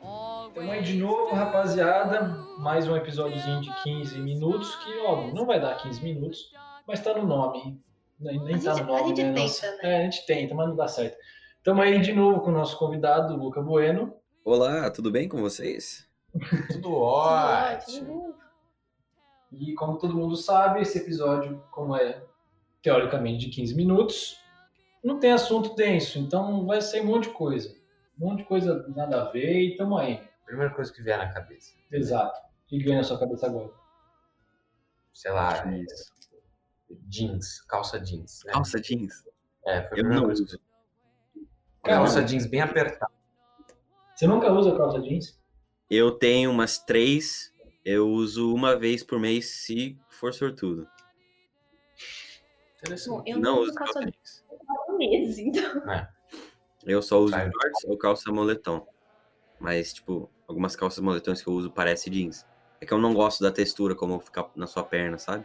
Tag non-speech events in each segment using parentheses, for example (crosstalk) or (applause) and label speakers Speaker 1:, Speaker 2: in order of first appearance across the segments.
Speaker 1: Então aí de novo, rapaziada, mais um episódiozinho de 15 minutos, que óbvio, não vai dar 15 minutos, mas tá no nome. Nem, nem
Speaker 2: A
Speaker 1: tá
Speaker 2: gente-
Speaker 1: no nome,
Speaker 2: a gente
Speaker 1: né?
Speaker 2: tenta,
Speaker 1: Nossa,
Speaker 2: né?
Speaker 1: É, a gente tenta, mas não dá certo. Tamo aí de novo com o nosso convidado, Luca Bueno.
Speaker 3: Olá, tudo bem com vocês?
Speaker 4: Tudo
Speaker 2: Tudo
Speaker 4: ótimo.
Speaker 2: bom?
Speaker 1: E como todo mundo sabe, esse episódio, como é teoricamente de 15 minutos, não tem assunto denso, então vai ser um monte de coisa. Um monte de coisa nada a ver e tamo aí.
Speaker 4: Primeira coisa que vier na cabeça.
Speaker 1: Exato. E ganha na sua cabeça agora.
Speaker 4: Sei lá, é jeans, calça jeans. Né?
Speaker 3: Calça jeans.
Speaker 4: É, foi a
Speaker 3: Eu
Speaker 4: primeira
Speaker 3: não
Speaker 4: coisa.
Speaker 3: uso.
Speaker 4: Calça jeans bem apertada.
Speaker 1: Você nunca usa calça jeans?
Speaker 3: Eu tenho umas três, eu uso uma vez por mês se for sortudo.
Speaker 2: Bom,
Speaker 4: Interessante.
Speaker 2: eu
Speaker 3: não
Speaker 2: não
Speaker 3: uso
Speaker 2: uso calça
Speaker 3: calça
Speaker 2: de
Speaker 3: jeans.
Speaker 2: meses, então.
Speaker 3: Eu só uso
Speaker 4: Vai.
Speaker 3: shorts ou calça moletom. Mas, tipo, algumas calças moletões que eu uso parece jeans. É que eu não gosto da textura, como fica na sua perna, sabe?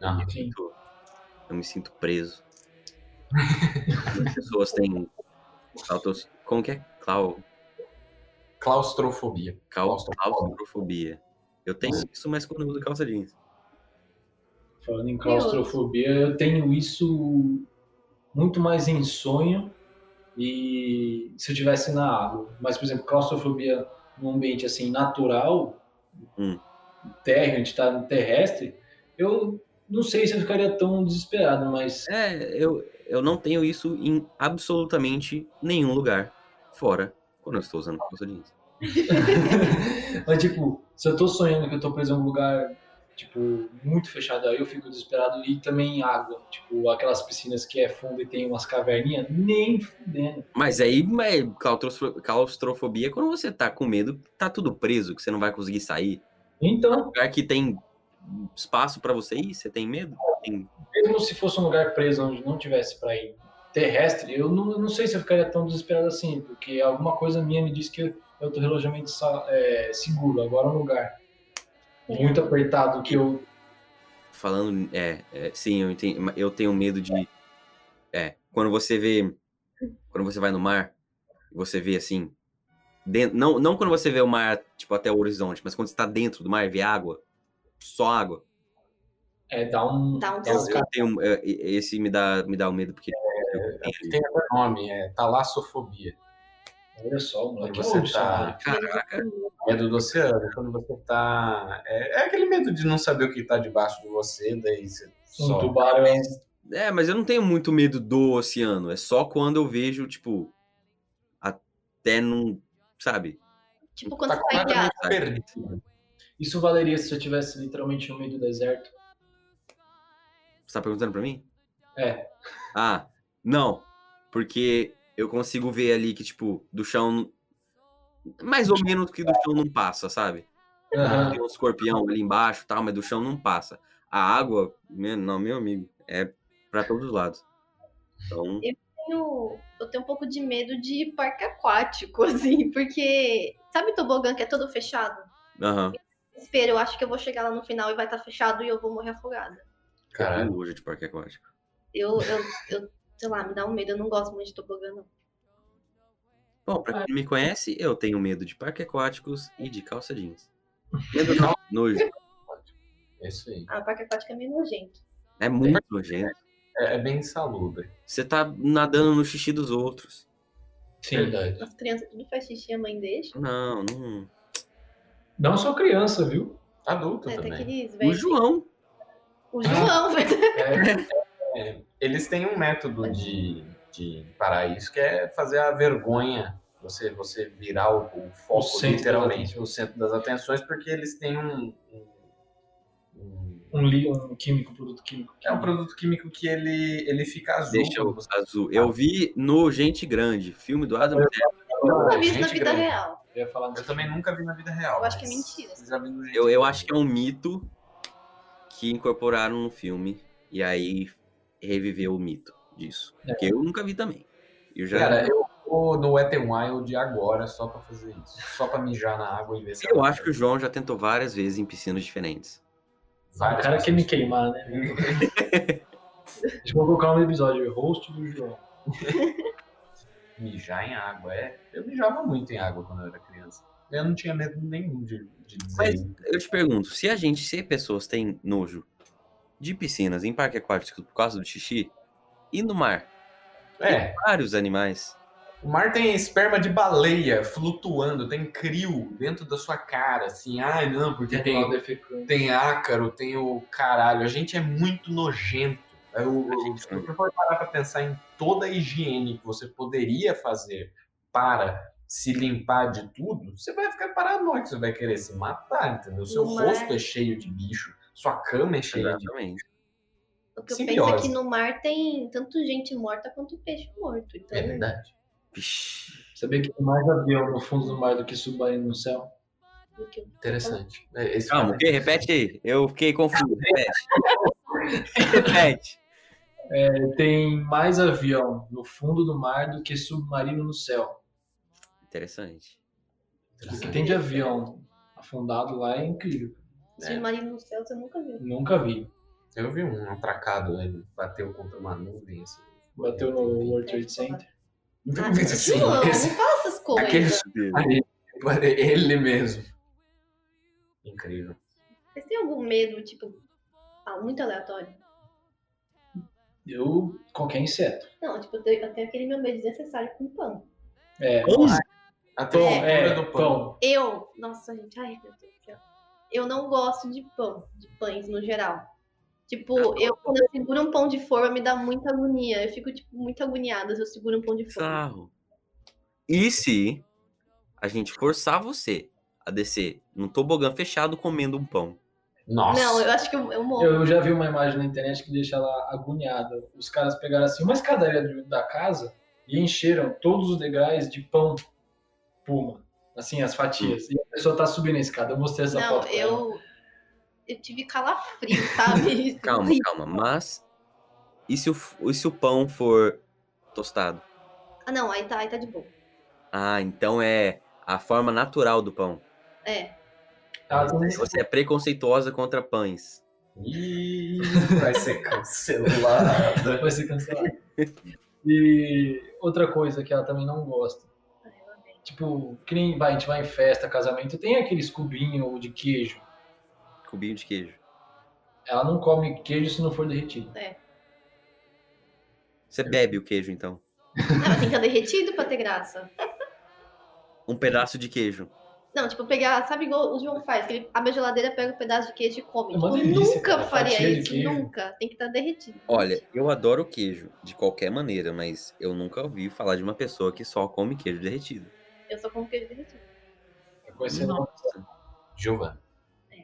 Speaker 4: Não.
Speaker 3: Eu, sinto- eu me sinto
Speaker 4: (laughs)
Speaker 3: preso. As pessoas têm. clautos- Como que é? Clau...
Speaker 4: Claustrofobia.
Speaker 3: Cal...
Speaker 4: Claustrofobia.
Speaker 3: Claustrofobia. Eu tenho isso, mas quando eu uso calça jeans.
Speaker 1: Falando em claustrofobia, eu tenho isso muito mais em sonho e se eu tivesse na água. Mas, por exemplo, claustrofobia num ambiente assim natural,
Speaker 3: Hum.
Speaker 1: terra, a gente tá no terrestre, eu não sei se eu ficaria tão desesperado, mas (laughs)
Speaker 3: É, eu, eu não tenho isso em absolutamente nenhum lugar. Fora quando eu estou usando calça jeans.
Speaker 1: Mas, tipo, se eu tô sonhando que eu tô preso em um lugar, tipo, muito fechado, aí eu fico desesperado. E também água, tipo, aquelas piscinas que é fundo e tem umas caverninhas, nem fudendo.
Speaker 3: Mas aí é claustrofo- claustrofobia é quando você tá com medo, tá tudo preso, que você não vai conseguir sair.
Speaker 1: Então,
Speaker 3: Lugar que tem espaço pra você ir, você tem medo? Tem-
Speaker 1: mesmo se fosse um lugar preso onde não tivesse pra ir terrestre, eu não, eu não sei se eu ficaria tão desesperado assim, porque alguma coisa minha me diz que eu, eu tô relativamente sa- é, seguro. Agora, um lugar muito apertado que eu.
Speaker 3: Falando. É, é, sim, eu, entendi, mas eu tenho medo de. É, quando você vê. Quando você vai no mar, você vê assim. dentro- não, não quando você vê o mar, tipo, até o horizonte, mas quando você tá dentro do mar e vê água, só água.
Speaker 1: É, dá um.
Speaker 2: Dá um
Speaker 1: dá
Speaker 3: Eu tenho- é, é, esse me dá me dá o medo porque
Speaker 4: Tem até nome, é talassofobia.
Speaker 1: Olha só, moleque.
Speaker 4: Você
Speaker 1: Ô,
Speaker 4: tá-
Speaker 3: caraca,
Speaker 4: Medo do oceano. Quando você tá. É, é aquele medo de não saber o que tá debaixo de você, daí você
Speaker 1: Um
Speaker 4: só.
Speaker 1: tubarão.
Speaker 3: é, mas eu não tenho muito medo do oceano, é só quando eu vejo tipo até num, sabe?
Speaker 2: Tipo, quando
Speaker 4: Tá
Speaker 2: você tá em viagem.
Speaker 4: completamente perdido.
Speaker 1: Isso valeria se eu tivesse literalmente no meio do deserto.
Speaker 3: Você tá perguntando pra mim?
Speaker 1: É.
Speaker 3: Ah, não, porque eu consigo ver ali que tipo do chão mais ou menos que do chão não passa, sabe?
Speaker 1: Aham.
Speaker 3: Tem um escorpião ali embaixo, e tal, mas do chão não passa. A água, meu- não, meu amigo, é pra todos os lados. Então,
Speaker 2: Eu tenho- eu tenho um pouco de medo de parque aquático, (laughs) assim, porque. Sabe tobogã que é todo fechado?
Speaker 3: aham.
Speaker 2: Espero, eu acho que eu vou chegar lá no final e vai estar fechado e eu vou morrer afogada.
Speaker 1: É.
Speaker 4: Caralho.
Speaker 3: Hoje de parque aquático.
Speaker 2: Eu, eu, eu, sei lá, me dá um medo, eu não gosto muito de tobogã, não.
Speaker 3: Bom, pra quem me conhece, eu tenho medo de parque aquáticos e de calça jeans. Medo não, nojo.
Speaker 4: É isso aí.
Speaker 2: Ah, parque aquático é meio nojento.
Speaker 3: É muito nojento.
Speaker 4: É, é bem insalubre.
Speaker 3: Você tá nadando no xixi dos outros.
Speaker 1: Sim.
Speaker 4: Verdade.
Speaker 2: As crianças tudo faz xixi, a mãe deixa.
Speaker 3: Não, não.
Speaker 1: Não só criança, viu?
Speaker 4: Adulto
Speaker 2: É, tem
Speaker 4: também.
Speaker 2: aqueles
Speaker 3: O
Speaker 2: velhos.
Speaker 3: João.
Speaker 2: O João, velho.
Speaker 4: (laughs) É, eles têm um método de, de parar isso, que é fazer a vergonha, você, você virar o, o
Speaker 1: O
Speaker 4: foco
Speaker 1: centro das
Speaker 4: literalmente
Speaker 1: atenções.
Speaker 4: no centro das atenções, porque eles têm um, um- um-
Speaker 1: Um, li- um químico, um produto químico.
Speaker 4: É um produto químico que ele, ele fica azul.
Speaker 3: Deixa eu azul. Eu vi no Gente Grande, filme do Adam Sandler.
Speaker 2: Eu nunca vi
Speaker 4: Gente
Speaker 2: isso na vida
Speaker 4: grande.
Speaker 2: real.
Speaker 1: Eu ia falar
Speaker 4: Eu também nunca vi na vida real.
Speaker 2: Eu acho
Speaker 4: mas
Speaker 2: que é mentira.
Speaker 4: já vi no jeito
Speaker 3: Eu, eu acho que é um mito que incorporaram no filme e aí reviveu o mito disso.
Speaker 1: É.
Speaker 3: Que eu nunca vi também. Eu já
Speaker 4: Cara, eu vou no Wet n Wild agora só pra fazer isso. Só pra mijar na água e ver se
Speaker 3: eu acho que o João já tentou várias vezes em piscinas diferentes.
Speaker 1: O Ah, cara quer me queimar,
Speaker 4: (laughs)
Speaker 1: né? Deixa eu colocar um episódio, host do João.
Speaker 4: Mijar em água, é. Eu mijava muito em água quando eu era criança. Eu não tinha medo nenhum de, de dizer.
Speaker 3: Mas eu te pergunto, se a gente, se pessoas têm nojo de piscinas em parque aquático por causa do xixi e no mar,
Speaker 4: É,
Speaker 3: vários animais.
Speaker 4: o mar tem esperma de baleia flutuando, tem crio dentro da sua cara, assim. Ai, não, porque tem, tem ácaro, tem o caralho. A gente é muito nojento. Eu, eu, se você for parar pra pensar em toda a higiene que você poderia fazer para se limpar de tudo, você vai ficar paranoico, você vai querer se matar, entendeu? Seu
Speaker 2: Mas-
Speaker 4: rosto é cheio de bicho, sua cama é cheia de
Speaker 3: Exatamente.
Speaker 2: O que eu penso é
Speaker 4: Simbiose.
Speaker 2: que no mar tem tanto gente morta quanto peixe morto. Então,
Speaker 4: É verdade.
Speaker 3: Vixe.
Speaker 1: Sabia que tem mais avião no fundo do mar do que submarino no céu?
Speaker 2: do que-
Speaker 4: Interessante. É, Esse
Speaker 3: Calma, o
Speaker 4: filme
Speaker 3: quê?
Speaker 4: é
Speaker 3: Repete aí. Eu fiquei confuso. Repete. Repete.
Speaker 1: Tem mais avião no fundo do mar do que submarino no céu.
Speaker 3: Interessante.
Speaker 1: O que
Speaker 4: interessante.
Speaker 1: tem de avião afundado lá é incrível.
Speaker 2: Submarino no céu, você nunca viu.
Speaker 1: É. Nunca vi.
Speaker 4: Eu vi um atracado, ele bateu contra uma nuvem, assim.
Speaker 1: Bateu no World Trade Center.
Speaker 4: Ah,
Speaker 2: Sim, tipo, não,
Speaker 4: esse-
Speaker 2: não fala essas coisas.
Speaker 4: aquele
Speaker 3: Deus.
Speaker 4: ele mesmo. Incrível.
Speaker 2: Vocês têm algum medo, tipo, ah, muito aleatório?
Speaker 1: Eu, qualquer inseto.
Speaker 2: Não, tipo, eu tenho, eu tenho aquele meu medo desnecessário com pão.
Speaker 1: É,
Speaker 3: Onze?
Speaker 4: A
Speaker 1: pão,
Speaker 4: textura
Speaker 1: é,
Speaker 4: do pão.
Speaker 1: pão.
Speaker 2: Eu, nossa, gente, ai, meu Deus do céu. Eu não gosto de pão, de pães no geral.
Speaker 1: Ah,
Speaker 2: Tipo, eu quando eu seguro um pão de forma, me dá muita agonia. Eu fico, tipo, muito agoniada se eu seguro um pão de forma.
Speaker 3: Sarro. E se a gente forçar você a descer num tobogã fechado comendo um pão?
Speaker 4: Nossa.
Speaker 2: Não, eu acho que eu, eu morro.
Speaker 1: Eu já vi uma imagem na internet que deixa ela agoniada. Os caras pegaram assim uma escadaria de- da casa e encheram todos os degraus de pão puma. Assim, as fatias. E a pessoa tá subindo a escada. Eu mostrei essa
Speaker 2: Não,
Speaker 1: foto. pra ela.
Speaker 2: eu. Eu tive calafrio, sabe? (laughs) Isso.
Speaker 3: Calma, calma. Mas e se o, f- e se o pão for tostado?
Speaker 2: Ah, não, aí tá, aí tá de boa.
Speaker 3: Ah, então é a forma natural do pão.
Speaker 2: É.
Speaker 1: Ela tá
Speaker 3: Você é preconceituosa contra pães.
Speaker 4: Ih, vai ser cancelado. (laughs)
Speaker 1: vai ser cancelada. E outra coisa que ela também não gosta. Tipo, que nem, vai, a gente vai em festa, casamento, tem aqueles cubinhos de queijo.
Speaker 3: Cubinho de queijo.
Speaker 1: Ela não come queijo se não for derretido.
Speaker 3: Você bebe o queijo, então.
Speaker 2: Ah, mas tem que estar derretido pra ter graça.
Speaker 3: Um pedaço de queijo.
Speaker 2: Não, tipo, pegar, sabe igual o João faz? Que ele abre a geladeira, pega um pedaço de queijo e come.
Speaker 1: É uma
Speaker 2: Tipo,
Speaker 1: delícia,
Speaker 2: nunca
Speaker 1: cara, fatia
Speaker 2: faria
Speaker 1: de
Speaker 2: isso,
Speaker 1: queijo.
Speaker 2: nunca. Tem que estar derretido.
Speaker 3: Olha, eu adoro queijo, de qualquer maneira, mas eu nunca ouvi falar de uma pessoa que só come queijo derretido.
Speaker 2: Eu só como queijo derretido.
Speaker 1: É coisa que você não gosta.
Speaker 4: Giovana,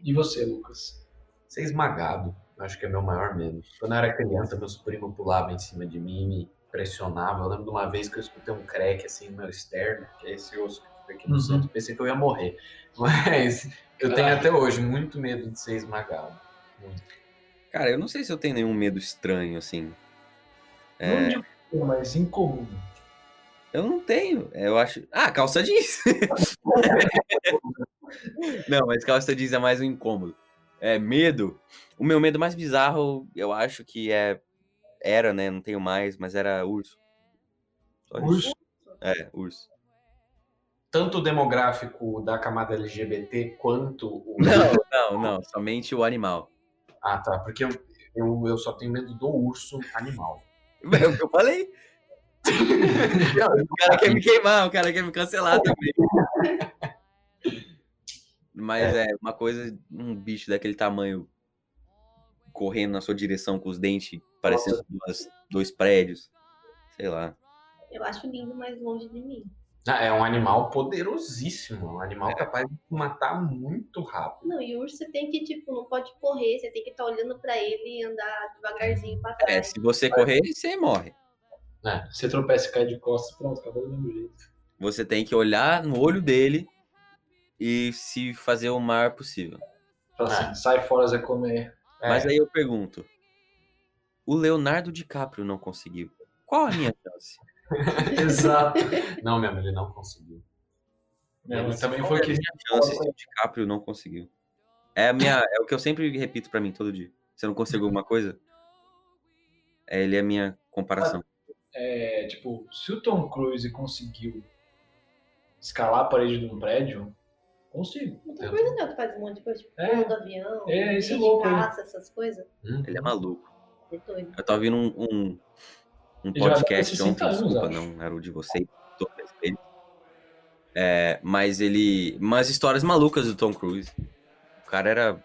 Speaker 1: E você, Lucas?
Speaker 4: ser esmagado, eu acho que é meu maior medo. Quando eu era criança, meus primos pulavam em cima de mim, me pressionavam. Eu lembro de uma vez que eu escutei um crack assim no meu externo, que é esse osso que fica aqui no
Speaker 1: Uhum.
Speaker 4: centro. Pensei que eu ia morrer. (laughs) Mas eu tenho
Speaker 1: Caralho.
Speaker 4: até hoje muito medo de ser esmagado.
Speaker 3: Cara, eu não sei se eu tenho nenhum medo estranho, assim. É,
Speaker 1: Não de pão, mas incomum.
Speaker 3: Eu não tenho. Eu acho. Ah, calça jeans! (laughs) não, mas calça jeans é mais um incômodo. É medo. O meu medo mais bizarro, eu acho que é. Era, né? Não tenho mais, mas era urso. Só isso.
Speaker 1: Urso.
Speaker 3: É, urso.
Speaker 4: Tanto o demográfico da camada LGBT quanto o.
Speaker 3: Não, não, não. Somente o animal.
Speaker 4: Ah, tá. Porque eu, eu, eu só tenho medo do urso animal.
Speaker 3: É o que eu falei. O cara quer me queimar, o cara quer me cancelar também. Mas é uma coisa, um bicho daquele tamanho correndo na sua direção com os dentes, parecendo duas- dois prédios. Sei lá.
Speaker 2: Eu acho lindo, mas longe de mim.
Speaker 4: Ah, É um animal poderosíssimo, é um animal capaz de te matar muito rápido.
Speaker 2: Não, e o urso você tem que, tipo, não pode correr. Você tem que estar olhando pra ele e andar devagarzinho pra
Speaker 3: É,
Speaker 2: trás.
Speaker 3: se você correr, você morre.
Speaker 1: Você tropeça e cai de costas, pronto, acabou do mesmo jeito.
Speaker 3: Você tem que olhar no olho dele e se fazer o maior possível.
Speaker 1: Fala assim, sai fora, Zé Comer.
Speaker 3: Mas aí eu pergunto: o Leonardo DiCaprio não conseguiu. Qual a minha chance?
Speaker 1: (laughs) Exato.
Speaker 4: Não, mesmo, ele não conseguiu.
Speaker 1: Minha mãe também
Speaker 3: Qual
Speaker 1: foi
Speaker 3: é a
Speaker 1: que.
Speaker 3: minha chance se o DiCaprio não conseguiu? É, a minha, é o que eu sempre repito pra mim todo dia. Se eu não consigo alguma coisa, é, ele é a minha comparação.
Speaker 1: é, tipo, se o Tom Cruise conseguiu escalar a parede de um prédio, consigo.
Speaker 2: Muita coisa não, que faz um monte de coisa, tipo,
Speaker 1: É.
Speaker 2: voo do avião,
Speaker 1: É, esse
Speaker 2: de
Speaker 1: louco aí.
Speaker 2: caça, essas coisas.
Speaker 4: Hum.
Speaker 3: Ele é maluco.
Speaker 2: É doido.
Speaker 3: Eu tava ouvindo um, um, um
Speaker 1: Ele já dá
Speaker 3: podcast
Speaker 1: 60
Speaker 3: ontem,
Speaker 1: anos,
Speaker 3: desculpa,
Speaker 1: acho.
Speaker 3: não era o de vocês. todo respeito. É, mas ele. Mas histórias malucas do Tom Cruise. O cara era.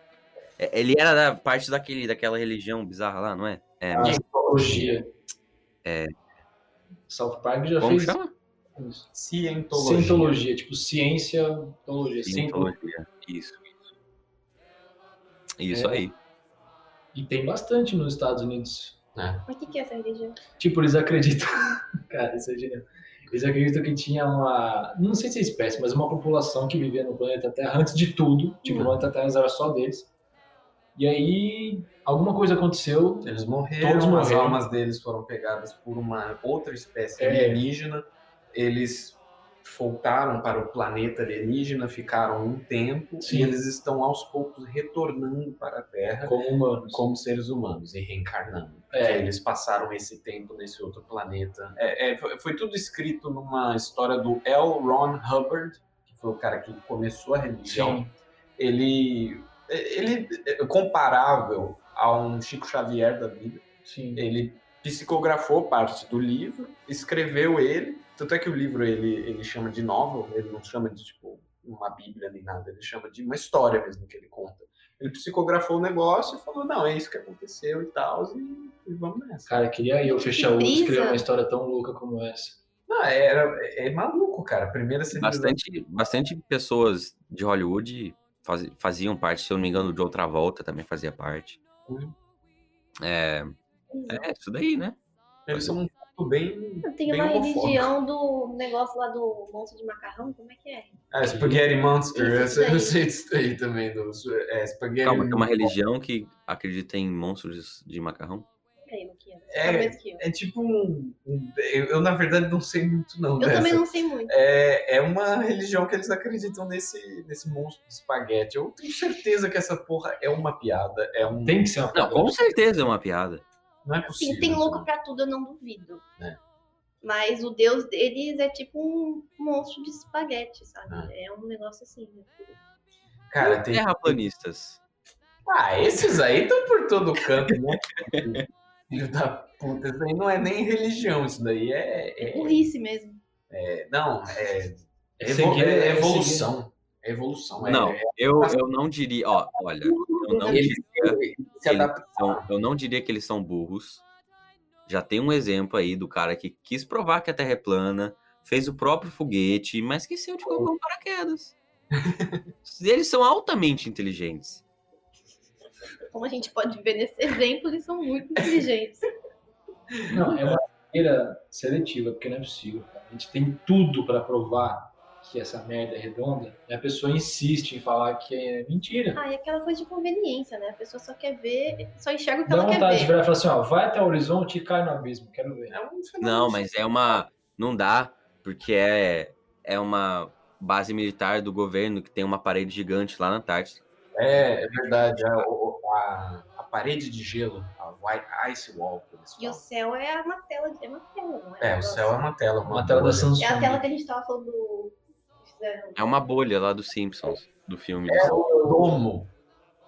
Speaker 3: é, Ele era da parte daquele, daquela religião bizarra lá, não é? É,
Speaker 1: A psicologia.
Speaker 3: É.
Speaker 1: South Park já
Speaker 3: como
Speaker 1: fez
Speaker 3: chama?
Speaker 1: isso.
Speaker 4: Cientologia.
Speaker 1: Cientologia, tipo, ciência, ontologia. Cientologia.
Speaker 3: Cientologia. Isso. Isso
Speaker 1: É.
Speaker 3: aí.
Speaker 1: E tem bastante nos Estados Unidos.
Speaker 2: Mas o que, que é essa religião?
Speaker 1: Tipo, eles acreditam. (laughs) Cara, isso é genial. Eles acreditam que tinha uma. Não sei se é espécie, mas uma população que vivia no planeta Terra antes de tudo. Tipo,
Speaker 4: Hum.
Speaker 1: o planeta Terra era só deles. E aí, alguma coisa aconteceu.
Speaker 4: Eles morreram,
Speaker 1: Todos
Speaker 4: as
Speaker 1: morreram.
Speaker 4: almas deles foram pegadas por uma outra espécie
Speaker 1: É.
Speaker 4: alienígena. Eles voltaram para o planeta alienígena, ficaram um tempo
Speaker 1: Sim.
Speaker 4: e eles estão aos poucos retornando para a Terra
Speaker 1: É Como humanos.
Speaker 4: como seres humanos e reencarnando.
Speaker 1: É.
Speaker 4: Eles passaram esse tempo nesse outro planeta. É, é, foi, foi tudo escrito numa história do L. Ron Hubbard, que foi o cara que começou a religião
Speaker 1: Sim.
Speaker 4: ele, ele é comparável a um Chico Xavier da vida.
Speaker 1: Sim.
Speaker 4: Ele psicografou parte do livro, escreveu ele, tanto é que o livro ele, ele chama de novel, ele não chama de tipo uma bíblia nem nada, ele chama de uma história mesmo que ele conta. Ele psicografou o negócio e falou, não, é isso que aconteceu e tal, e, e vamos nessa.
Speaker 1: Cara, queria eu fechar o olho
Speaker 2: brisa.
Speaker 1: escrever uma história tão louca como essa.
Speaker 4: Não, era, é, é maluco, cara. Primeira civilização.
Speaker 3: Bastante, bastante pessoas de Hollywood faz- faziam parte, se eu não me engano, de outra volta também fazia parte.
Speaker 4: Hum.
Speaker 3: É, é isso daí, né?
Speaker 4: Eles são um pouco bem.
Speaker 2: Tem
Speaker 4: bem
Speaker 2: uma
Speaker 4: homofóbico.
Speaker 2: religião do negócio lá do monstro de macarrão, como é que é?
Speaker 4: Ah, Spaghetti Monster, eu
Speaker 2: Isso
Speaker 4: sei- eu
Speaker 2: daí.
Speaker 4: sei disso aí também. Do, é, Spaghetti
Speaker 3: Calma, tem uma religião que acredita em monstros de macarrão?
Speaker 2: Peraí, Luquinha.
Speaker 4: É.
Speaker 2: sabe mais que eu.
Speaker 4: É tipo um. um- eu, eu, na verdade, não sei muito, não.
Speaker 2: Eu
Speaker 4: dessa.
Speaker 2: também não sei muito.
Speaker 4: É, é uma religião que eles acreditam nesse, nesse monstro de espaguete. Eu tenho certeza que essa porra é uma piada. É um.
Speaker 1: Tem que ser uma
Speaker 3: Não, com certeza é uma piada.
Speaker 4: Não é
Speaker 2: Sim,
Speaker 4: possível.
Speaker 2: Assim, tem louco
Speaker 4: entendeu?
Speaker 2: pra tudo, eu não duvido.
Speaker 4: É.
Speaker 2: Mas o deus deles é tipo um monstro de espaguete,
Speaker 4: Ah.
Speaker 2: sabe? É, um negócio assim. né?
Speaker 4: Cara, tem.
Speaker 3: Terraplanistas.
Speaker 4: Ah, esses aí estão por todo canto, né? (laughs) Filho da puta, isso aí não é nem religião, isso daí é.
Speaker 2: É
Speaker 4: é-
Speaker 2: burrice mesmo.
Speaker 4: é- não, é,
Speaker 1: É
Speaker 4: evol-
Speaker 1: seguir-
Speaker 4: é
Speaker 1: é
Speaker 4: evolução. É evolução. é-
Speaker 3: Não,
Speaker 4: é-
Speaker 3: eu, eu não diria. Ó, olha, eu não
Speaker 4: eles
Speaker 3: diria,
Speaker 4: se adaptam.
Speaker 3: então, eu não diria que eles são burros. Já tem um exemplo aí do cara que quis provar que a Terra é plana, fez o próprio foguete, mas esqueceu de colocar um paraquedas. (laughs) eles são altamente inteligentes.
Speaker 2: Como a gente pode ver nesse (laughs) exemplo, eles são muito inteligentes.
Speaker 1: Não, é uma maneira seletiva, porque não é possível. cara. A gente tem tudo pra provar que essa merda é redonda, e a pessoa insiste em falar que é mentira.
Speaker 2: Ah, e aquela coisa de conveniência, né? A pessoa só quer ver, só enxerga o que
Speaker 1: Dá
Speaker 2: ela
Speaker 1: vontade
Speaker 2: quer
Speaker 1: de
Speaker 2: ver.
Speaker 1: virar e falar assim, ó, vai até o horizonte e cai no abismo, quero ver.
Speaker 4: É um fenômeno
Speaker 3: Não, mas é uma. Não dá, porque é, é uma base militar do governo que tem uma parede gigante lá na Antártida.
Speaker 4: É, é verdade. A, o- o- a- a parede de gelo, a White Ice Wall, que eles
Speaker 2: E o
Speaker 4: falam.
Speaker 2: céu é uma tela, é uma tela, não é?
Speaker 4: É, o céu é uma tela.
Speaker 1: Uma tela da
Speaker 4: bolha.
Speaker 1: Samsung.
Speaker 2: É a tela que a gente tava falando do. fizeram.
Speaker 3: É uma bolha lá dos Simpsons, do filme.
Speaker 4: É o domo.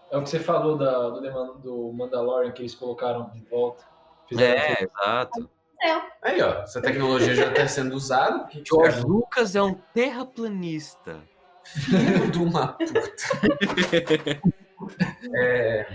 Speaker 1: É o que você falou da- do, The Man- do Mandalorian que eles colocaram de volta. Fizeram
Speaker 3: É, exato.
Speaker 4: Aí, ó, essa tecnologia já está sendo usada. porque os
Speaker 3: George
Speaker 4: caras
Speaker 3: Lucas é um terraplanista.
Speaker 4: Filho de uma puta.
Speaker 1: (laughs)
Speaker 4: É,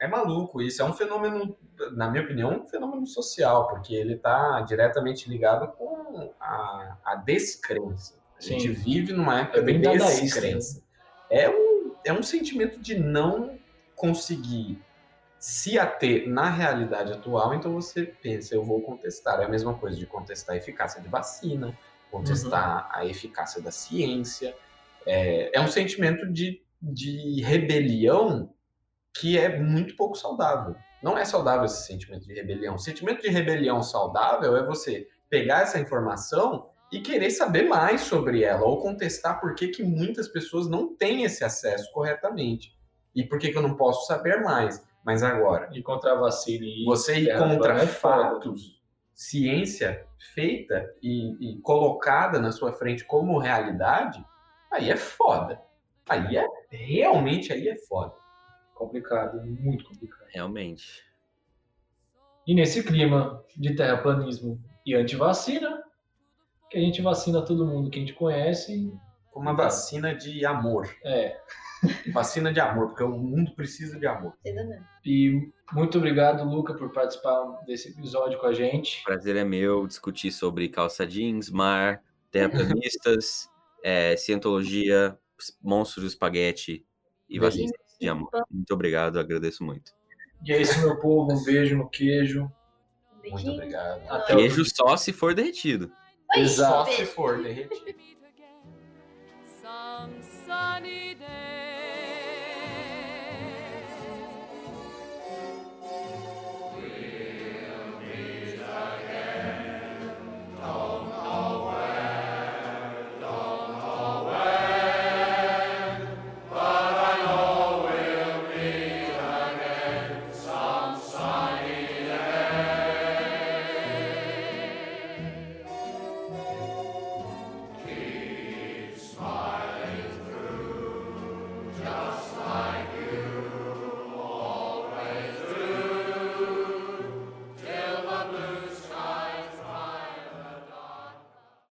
Speaker 4: é maluco isso. É um fenômeno, na minha opinião, um fenômeno social, porque ele está diretamente ligado com a, a descrença. A
Speaker 1: Sim.
Speaker 4: gente vive numa época
Speaker 1: É bem
Speaker 4: de
Speaker 1: dadaísta, né?
Speaker 4: descrença. É um, é um sentimento de não conseguir se ater na realidade atual, então você pensa, eu vou contestar. É a mesma coisa de contestar a eficácia de vacina, contestar a eficácia da ciência. É, é um sentimento de, de rebelião que é muito pouco saudável. Não é saudável esse sentimento de rebelião. O sentimento de rebelião saudável é você pegar essa informação e querer saber mais sobre ela, ou contestar por que, que muitas pessoas não têm esse acesso corretamente. E por que, que eu não posso saber mais. Mas agora,
Speaker 1: E contra a vacina e
Speaker 4: você ir
Speaker 1: É,
Speaker 4: contra
Speaker 1: é foda.
Speaker 4: fatos, ciência feita e, e colocada na sua frente como realidade, aí é foda. Aí é realmente aí é foda.
Speaker 1: complicado, muito complicado.
Speaker 3: Realmente.
Speaker 1: E nesse clima de terraplanismo e antivacina, que a gente vacina todo mundo que a gente conhece,
Speaker 4: Como uma vacina de amor.
Speaker 1: é.
Speaker 4: Vacina de amor, porque o mundo precisa de amor.
Speaker 2: Entendeu mesmo?
Speaker 1: E muito obrigado, Luca, por participar desse episódio com a gente.
Speaker 3: Prazer é meu discutir sobre calça jeans, mar, terraplanistas, é, cientologia, monstros de espaguete e vacinas de amor. Muito obrigado, agradeço muito.
Speaker 1: E é isso, meu povo. Um beijo no queijo.
Speaker 4: Muito
Speaker 2: Beijinho.
Speaker 4: obrigado.
Speaker 1: Até o
Speaker 3: Queijo só se for derretido.
Speaker 2: Oi,
Speaker 4: Só
Speaker 2: beijo.
Speaker 4: se for derretido.
Speaker 5: meet again some sunny day.